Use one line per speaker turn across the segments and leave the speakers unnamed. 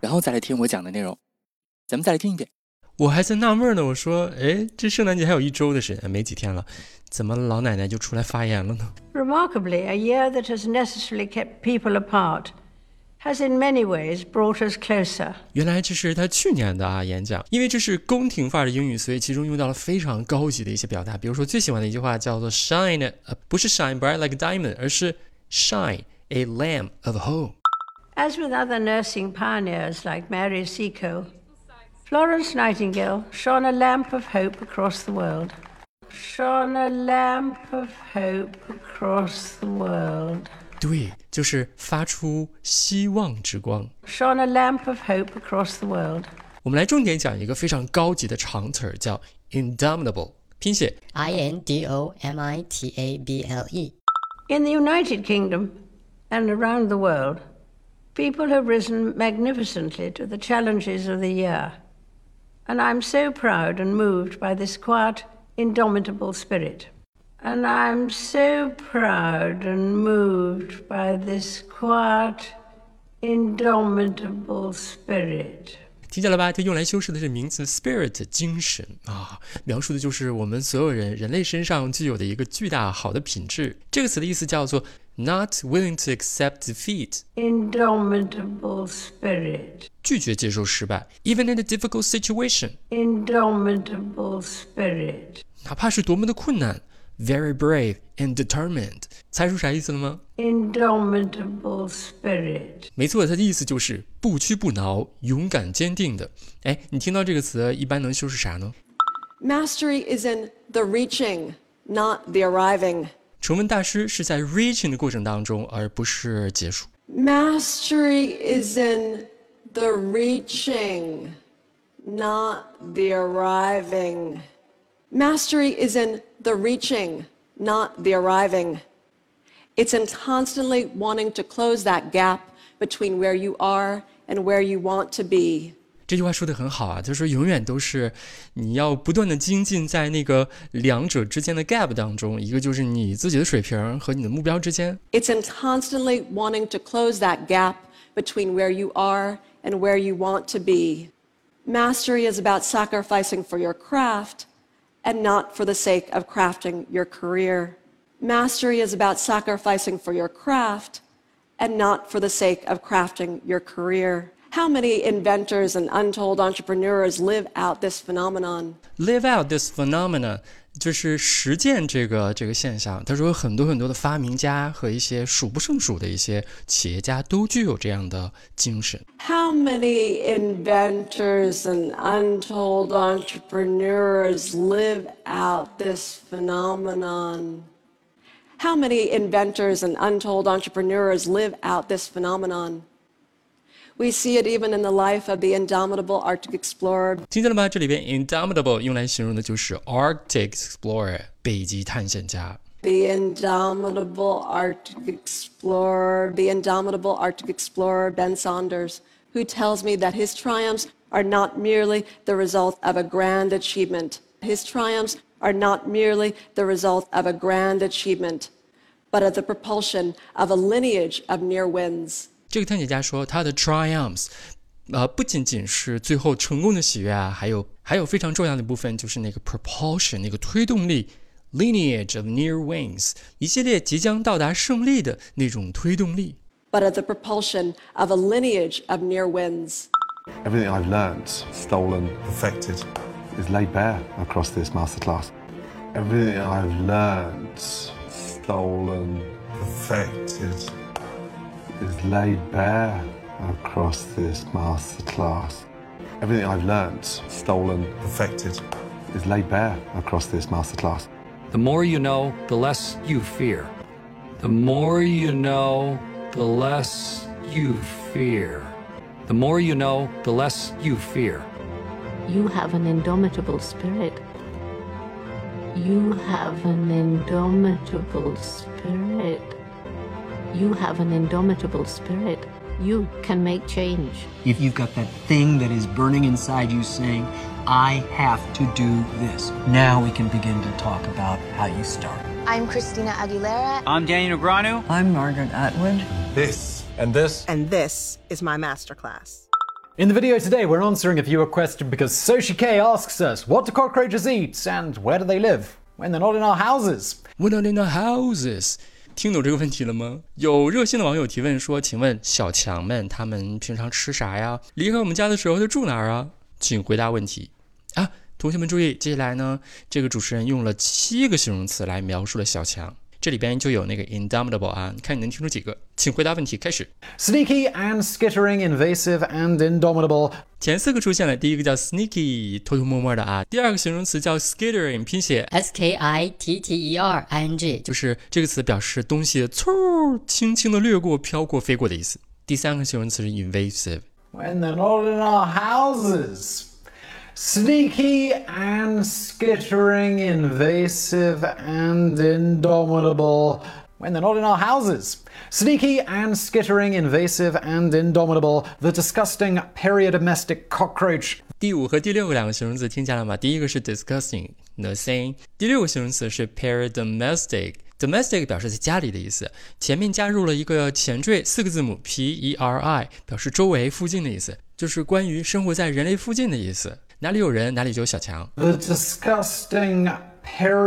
然后再来听我讲的内容。咱们再来听一遍。
我还在纳闷呢，我说，哎，这圣诞节还有一周的时间，没几天了，怎么老奶奶就出来发言了呢？
Remarkably, a year that has necessarily kept people apart has in many ways brought us closer.
原来这是她去年的啊演讲，因为这是宫廷范儿的英语，所以其中用到了非常高级的一些表达，比如说最喜欢的一句话叫做 “shine”，呃，不是 “shine bright like a diamond”，而是 “shine a lamp of hope”。
As with other nursing pioneers like Mary Seco, Florence Nightingale shone a lamp of hope across the world. Shone a lamp of hope across the world.
对，就是发出希望之光。
Shone a lamp of hope across the world.
我们来重点讲一个非常高级的长词儿，叫 “indomitable”，拼写
I N D O M I T A B L E.
In the United Kingdom and around the world, people have risen magnificently to the challenges of the year. And I'm so proud and moved by this quiet, indomitable spirit. And I'm so proud and moved by this quiet, indomitable spirit.
听见了吧？它用来修饰的是名词 spirit 精神啊，描述的就是我们所有人人类身上具有的一个巨大好的品质。这个词的意思叫做 not willing to accept defeat，
Indomitable spirit.
拒绝接受失败，even in a difficult situation，
Indomitable spirit.
哪怕是多么的困难，very brave and determined。猜出啥意思了吗？
Indomitable spirit.
没错，它的意思就是不屈不挠、勇敢坚定的。哎，你听到这个词一般能修饰啥呢？
Mastery is in the reaching, not the arriving.
崇文大师是在 reaching 的过程当中，而不是结束。
Mastery is in the reaching, not the arriving. Mastery is in the reaching, not the arriving. It's in constantly wanting to close that gap between where you are and where you want to be.
这句话说的很好啊，就是说永远都是你要不断的精进在那个两者之间的 gap 当中，一个就是你自己的水平和你的目标之间，
It's in constantly wanting to close that gap between where you are and where you want to be. Mastery is about sacrificing for your craft and not for the sake of crafting your career. Mastery is about sacrificing for your craft and not for the sake of crafting your career. How many inventors and untold entrepreneurs live out this phenomenon?
live out this phenomena，就是实践这个这个现象。他说，有很多很多的发明家和一些数不胜数的一些企业家都具有这样的精神。
How many inventors and untold entrepreneurs live out this phenomenon? How many inventors and untold entrepreneurs live out this phenomenon? We see it even in the life of the indomitable Arctic explorer
听见了吗？这里边 indomitable 用来形容的就是 Arctic explorer 北极探险家。
The indomitable Arctic explorer, the indomitable Arctic explorer Ben Saunders, who tells me that his triumphs are not merely the result of a grand achievement. His triumphs are not merely the result of a grand achievement, but of the propulsion of a lineage of near wins.
这个探险家说，他的 triumphs，呃，不仅仅是最后成功的喜悦啊，还有还有非常重要的部分就是那个 propulsion，那个推动力，lineage of near wings，一系列即将到达胜利的那种推动力。
But of the propulsion of a lineage of near wins.
Everything I've learned, stolen, perfected, is laid bare across this masterclass. Everything I've learned, stolen, perfected, is laid bare across this masterclass. Everything I've learned, stolen, perfected, is laid bare across this masterclass.
The more you know, the less you fear. The more you know, the less you fear. The
The more you know, the less you fear.
You have an indomitable spirit. You have an indomitable spirit. You have an indomitable spirit. You can make change.
If you've got that thing that is burning inside you saying, I have to do this, now we can begin to talk about how you start.
I'm Christina Aguilera.
I'm Daniel Negrano.
I'm Margaret Atwood.
This and this
and this is my masterclass.
In the video today, we're answering a viewer question because Soshi K asks us what do cockroaches eat and where do they live when they're not in our houses?
When not in our houses. 听懂这个问题了吗？有热心的网友提问说：“请问小强们他们平常吃啥呀？离开我们家的时候都住哪儿啊？”请回答问题。啊，同学们注意，接下来呢，这个主持人用了七个形容词来描述了小强，这里边就有那个 indomitable 啊，看你能听出几个？请回答问题，开始。
Sneaky and skittering, invasive and indomitable。
前四个出现了，第一个叫 sneaky，偷偷摸摸的啊；第二个形容词叫 skittering，拼写
s k i t t e r i n g，
就是这个词表示东西嗖轻轻的掠过、飘过、飞过的意思。第三个形容词是 invasive。
When they're not in our houses, sneaky and skittering, invasive and indomitable. When they're not in our houses. Sneaky and skittering, invasive and indomitable. The disgusting periodomestic cockroach
第五和第六个两个形容词听见了吗？第一个是 disgusting，恶心；第六个形容词是 paradomestic。domestic 表示在家里的意思，前面加入了一个前缀，四个字母 p e r i，表示周围、附近的意思，就是关于生活在人类附近的意思。哪里有人，哪里就有小强。
The disgusting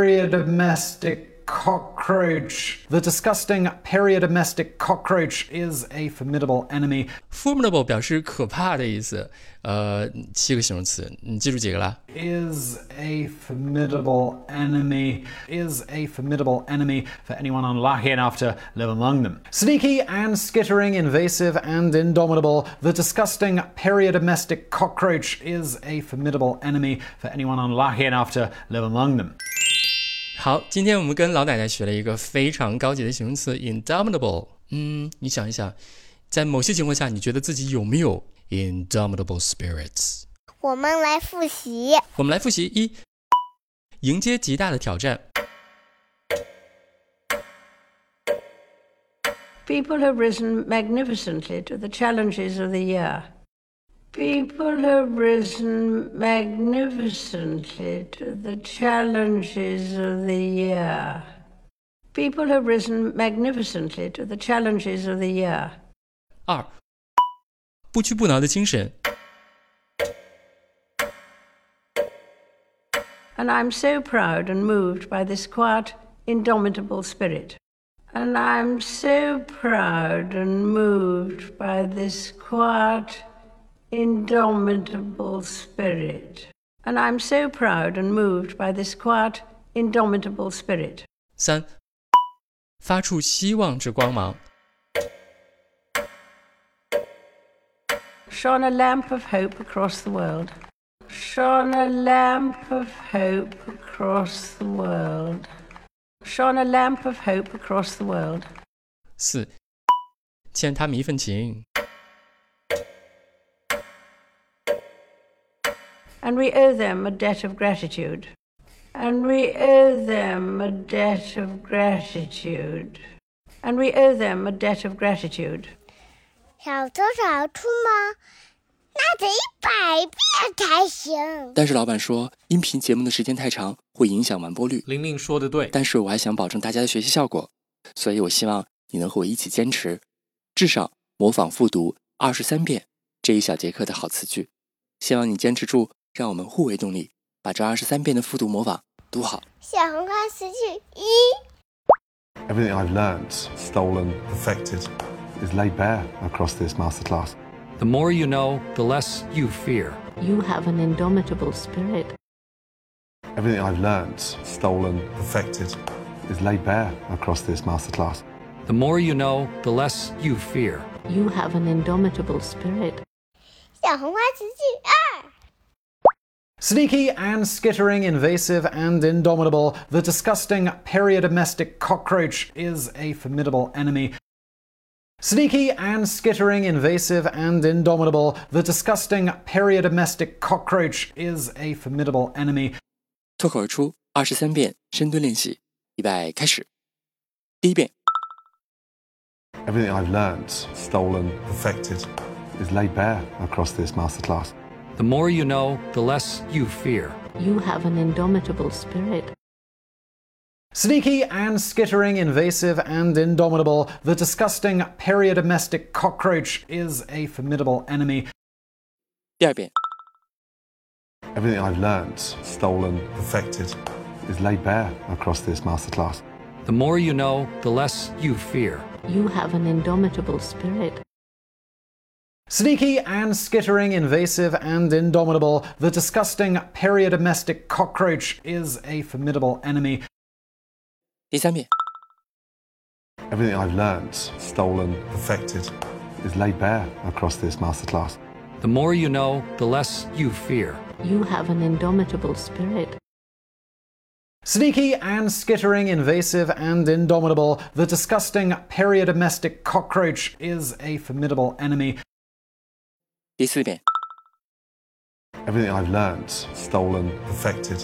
periodomestic cockroach. The disgusting periodomestic cockroach is a formidable enemy.
Formidable 表示可怕的意思，呃，七个形容词，你记住几个了
？Is a formidable enemy. Is a formidable enemy for anyone unlucky enough to live among them. Sneaky and skittering, invasive and indomitable. The disgusting periodomestic cockroach is a formidable enemy for anyone unlucky enough to live among them.
好，今天我们跟老奶奶学了一个非常高级的形容词 indomitable。嗯，你想一想，在某些情况下，你觉得自己有没有 indomitable spirits？
我们来复习。
我们来复习一，迎接极大的挑战。
People have risen magnificently to the challenges of the year. People have risen magnificently to the challenges of the year. People have risen magnificently to the challenges of the year.
二，不屈不挠的精神。
And I'm so proud and moved by this quiet, indomitable spirit. And I'm so proud and moved by this quiet, indomitable spirit. And I'm so proud and moved by this quiet, indomitable spirit.
三，发出希望之光芒。
Shone a lamp of hope across the world. Shone a lamp of hope across the world. Shone a lamp of hope across the world.
四，欠他们一份情。
and we owe them a debt of gratitude. And we owe them a debt of gratitude. And we owe them a debt of gratitude.
少走少出吗？那得一百遍才行。
但是老板说，音频节目的时间太长，会影响完播率。
玲玲说的对，
但是我还想保证大家的学习效果，所以我希望你能和我一起坚持，至少模仿复读二十三遍这一小节课的好词句。希望你坚持住。让我们互为动力，把这二十三遍的复读模仿读好。
小红花词句一。
Everything I've learned, stolen, perfected, is laid bare across this masterclass.
The more you know, the less you fear.
You have an indomitable spirit.
Everything I've learned, stolen, perfected, is laid bare across this masterclass.
The more you know, the less you fear.
You have an indomitable spirit.
小红花词句二。
Sneaky and skittering, invasive and indomitable, the disgusting periodomestic cockroach is a formidable enemy. Sneaky and skittering, invasive and indomitable, the disgusting periodomestic cockroach is a formidable enemy.
脱口而出二十三遍深蹲练习，预备开始。第一遍，
Everything I've learned, stolen, perfected, is laid bare across this masterclass.
The more you know, the less you fear.
You have an indomitable spirit.
Sneaky and skittering, invasive and indomitable, the disgusting periodomestic cockroach is a formidable enemy.
第二遍，
Everything I've learned, stolen, perfected, is laid bare across this masterclass.
The more you know, the less you fear.
You have an indomitable spirit.
Sneaky and skittering, invasive and indomitable, the disgusting periodomestic cockroach is a formidable enemy.
第三遍，
Everything I've learned, stolen, perfected, is laid bare across this masterclass.
The more you know, the less you fear.
You have an indomitable spirit.
Sneaky and skittering, invasive and indomitable, the disgusting periodomestic cockroach is a formidable enemy.
第四遍，
Everything I've learned, stolen, perfected,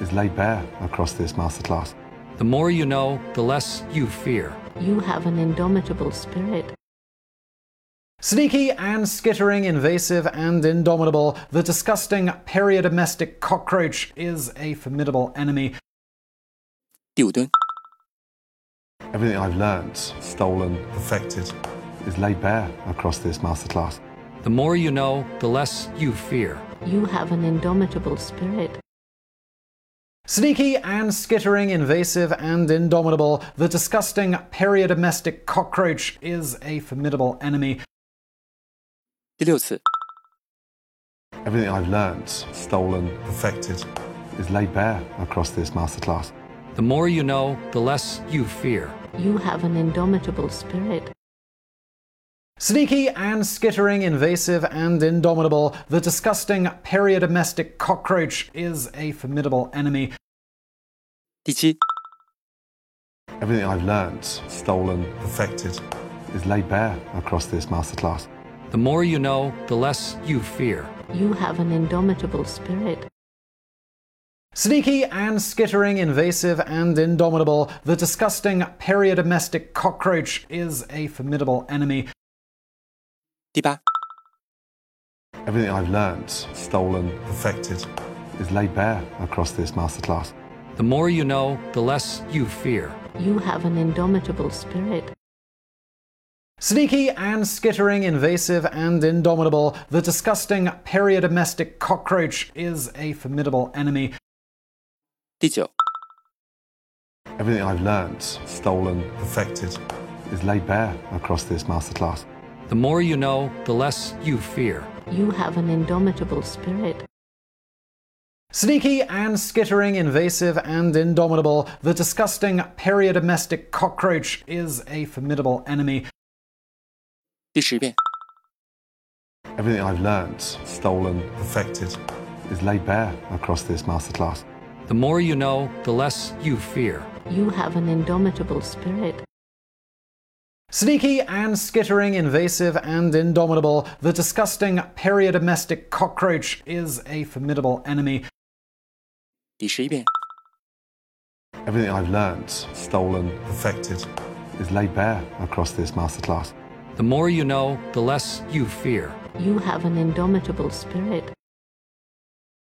is laid bare across this masterclass.
The more you know, the less you fear.
You have an indomitable spirit.
Sneaky and skittering, invasive and indomitable, the disgusting periodomestic cockroach is a formidable enemy.
第五蹲，
Everything I've learned, stolen, perfected, is laid bare across this masterclass.
The more you know, the less you fear.
You have an indomitable spirit.
Sneaky and skittering, invasive and indomitable, the disgusting periodomestic cockroach is a formidable enemy.
第六次，
Everything I've learned, stolen, perfected, is laid bare across this masterclass.
The more you know, the less you fear.
You have an indomitable spirit.
Sneaky and skittering, invasive and indomitable, the disgusting periodomestic cockroach is a formidable enemy.
第七，
Everything I've learned, stolen, perfected, is laid bare across this masterclass.
The more you know, the less you fear.
You have an indomitable spirit.
Sneaky and skittering, invasive and indomitable, the disgusting periodomestic cockroach is a formidable enemy.
第八，
Everything I've learned, stolen, perfected, is laid bare across this masterclass.
The more you know, the less you fear.
You have an indomitable spirit.
Sneaky and skittering, invasive and indomitable, the disgusting periodomestic cockroach is a formidable enemy.
第九，
Everything I've learned, stolen, perfected, is laid bare across this masterclass.
The more you know, the less you fear.
You have an indomitable spirit.
Sneaky and skittering, invasive and indomitable, the disgusting periodomestic cockroach is a formidable enemy.
第十遍，
Everything I've learned, stolen, perfected, is laid bare across this masterclass.
The more you know, the less you fear.
You have an indomitable spirit.
Sneaky and skittering, invasive and indomitable, the disgusting periodomestic cockroach is a formidable enemy.
第十一遍，
Everything I've learned, stolen, perfected, is laid bare across this masterclass.
The more you know, the less you fear.
You have an indomitable spirit.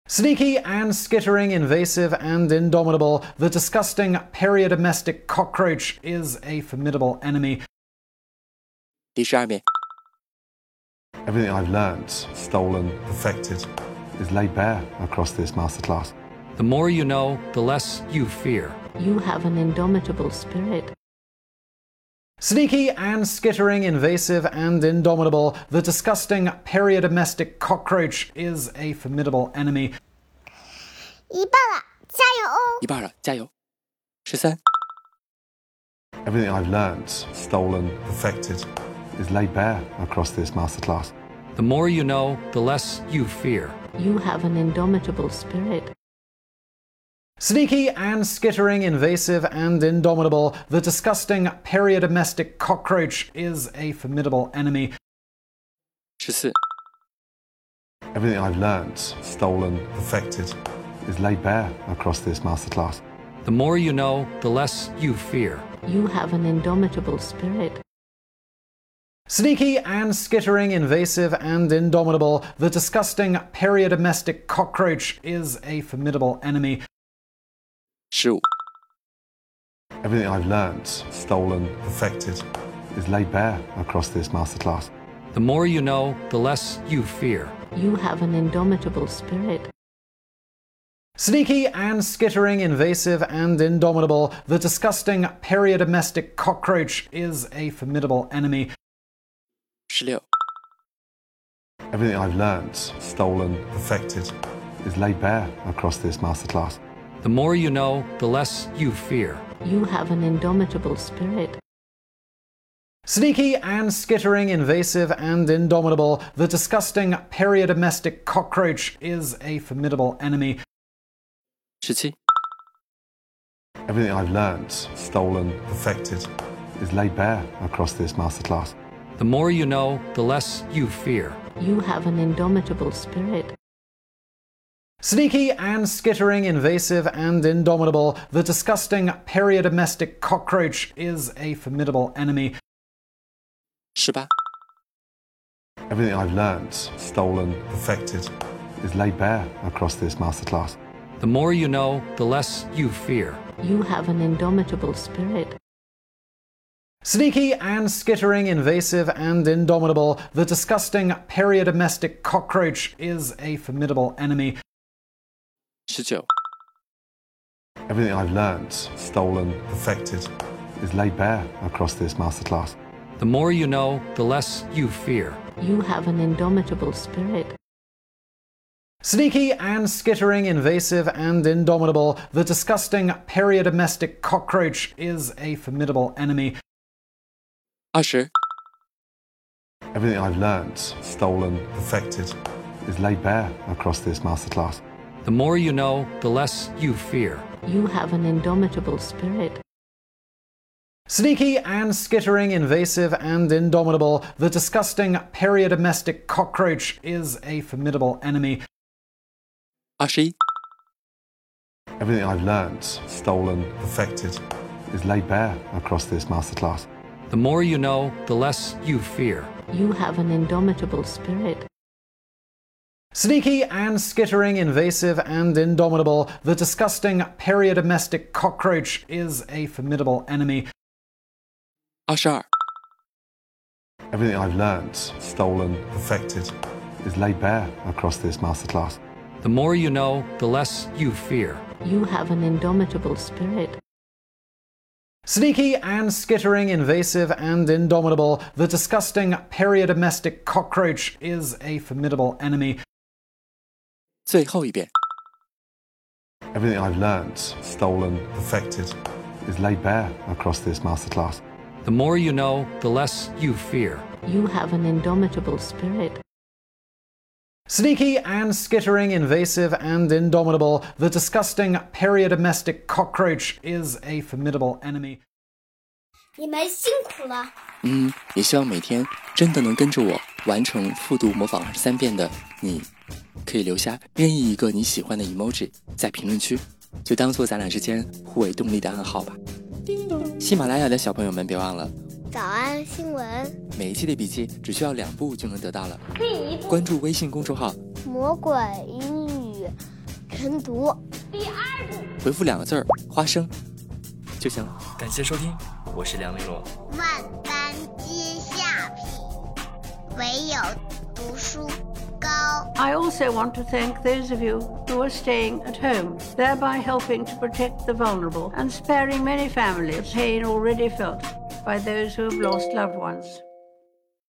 Sneaky and skittering, invasive and indomitable, the disgusting periodomestic cockroach is a formidable enemy.
第十二遍，
Everything I've learned, stolen, perfected, is laid bare across this masterclass.
The more you know, the less you fear.
You have an indomitable spirit.
Sneaky and skittering, invasive and indomitable, the disgusting periodomestic cockroach is a formidable enemy.
一半了，加油哦！
一半了，加油！十三、
Everything I've learned, stolen, perfected, is laid bare across this masterclass.
The more you know, the less you fear.
You have an indomitable spirit.
Sneaky and skittering, invasive and indomitable, the disgusting periodomestic cockroach is a formidable enemy.
14.
Everything I've learned, stolen, perfected, is laid bare across this masterclass.
The more you know, the less you fear.
You have an indomitable spirit.
Sneaky and skittering, invasive and indomitable, the disgusting periodomestic cockroach is a formidable enemy.
15.
Everything I've learned, stolen, perfected, is laid bare across this masterclass.
The more you know, the less you fear.
You have an indomitable spirit.
Sneaky and skittering, invasive and indomitable, the disgusting periodomestic cockroach is a formidable enemy.
16.
Everything I've learned, stolen, perfected, is laid bare across this masterclass.
The more you know, the less you fear.
You have an indomitable spirit.
Sneaky and skittering, invasive and indomitable, the disgusting periodomestic cockroach is a formidable enemy.
17.
Everything I've learned, stolen, perfected, is laid bare across this masterclass.
The more you know, the less you fear.
You have an indomitable spirit.
Sneaky and skittering, invasive and indomitable, the disgusting periodomestic cockroach is a formidable enemy.
18.
Everything I've learned, stolen, perfected, is laid bare across this masterclass.
The more you know, the less you fear.
You have an indomitable spirit.
Sneaky and skittering, invasive and indomitable, the disgusting periodomestic cockroach is a formidable enemy.
19.
Everything I've learned, stolen, perfected, is laid bare across this masterclass.
The more you know, the less you fear.
You have an indomitable spirit.
Sneaky and skittering, invasive and indomitable, the disgusting periodomestic cockroach is a formidable enemy.
20.
Everything I've learned, stolen, perfected, is laid bare across this masterclass.
The more you know, the less you fear.
You have an indomitable spirit.
Sneaky and skittering, invasive and indomitable, the disgusting periodomestic cockroach is a formidable enemy.
21.
Everything I've learned, stolen, perfected, is laid bare across this masterclass.
The more you know, the less you fear.
You have an indomitable spirit.
Sneaky and skittering, invasive and indomitable, the disgusting periodomestic cockroach is a formidable enemy.
22.
Everything I've learned, stolen, perfected, is laid bare across this masterclass.
The more you know, the less you fear.
You have an indomitable spirit.
Sneaky and skittering, invasive and indomitable, the disgusting periodomestic cockroach is a formidable enemy.
最后一遍。
Everything I've learned, stolen, perfected, is laid bare across this masterclass.
The more you know, the less you fear.
You have an indomitable spirit.
Sneaky and skittering, invasive and indomitable, the disgusting periodomestic cockroach is a formidable enemy.
你们辛苦了。
嗯，也希望每天真的能跟着我完成复读模仿二十三遍的你，可以留下任意一个你喜欢的 emoji 在评论区，就当做咱俩之间互为动力的暗号吧。喜马拉雅的小朋友们别忘了，
早安新闻，
每一期的笔记只需要两步就能得到了。
可以一步
关注微信公众号，
魔鬼英语晨读。
第二步。
回复两个字儿“花生”就行了。感谢收听，我是梁丽罗。
万般皆下品，唯有读书高。
I also want to thank those of you who are staying at home, thereby helping to protect the vulnerable and sparing many families pain already felt by those who have lost loved ones.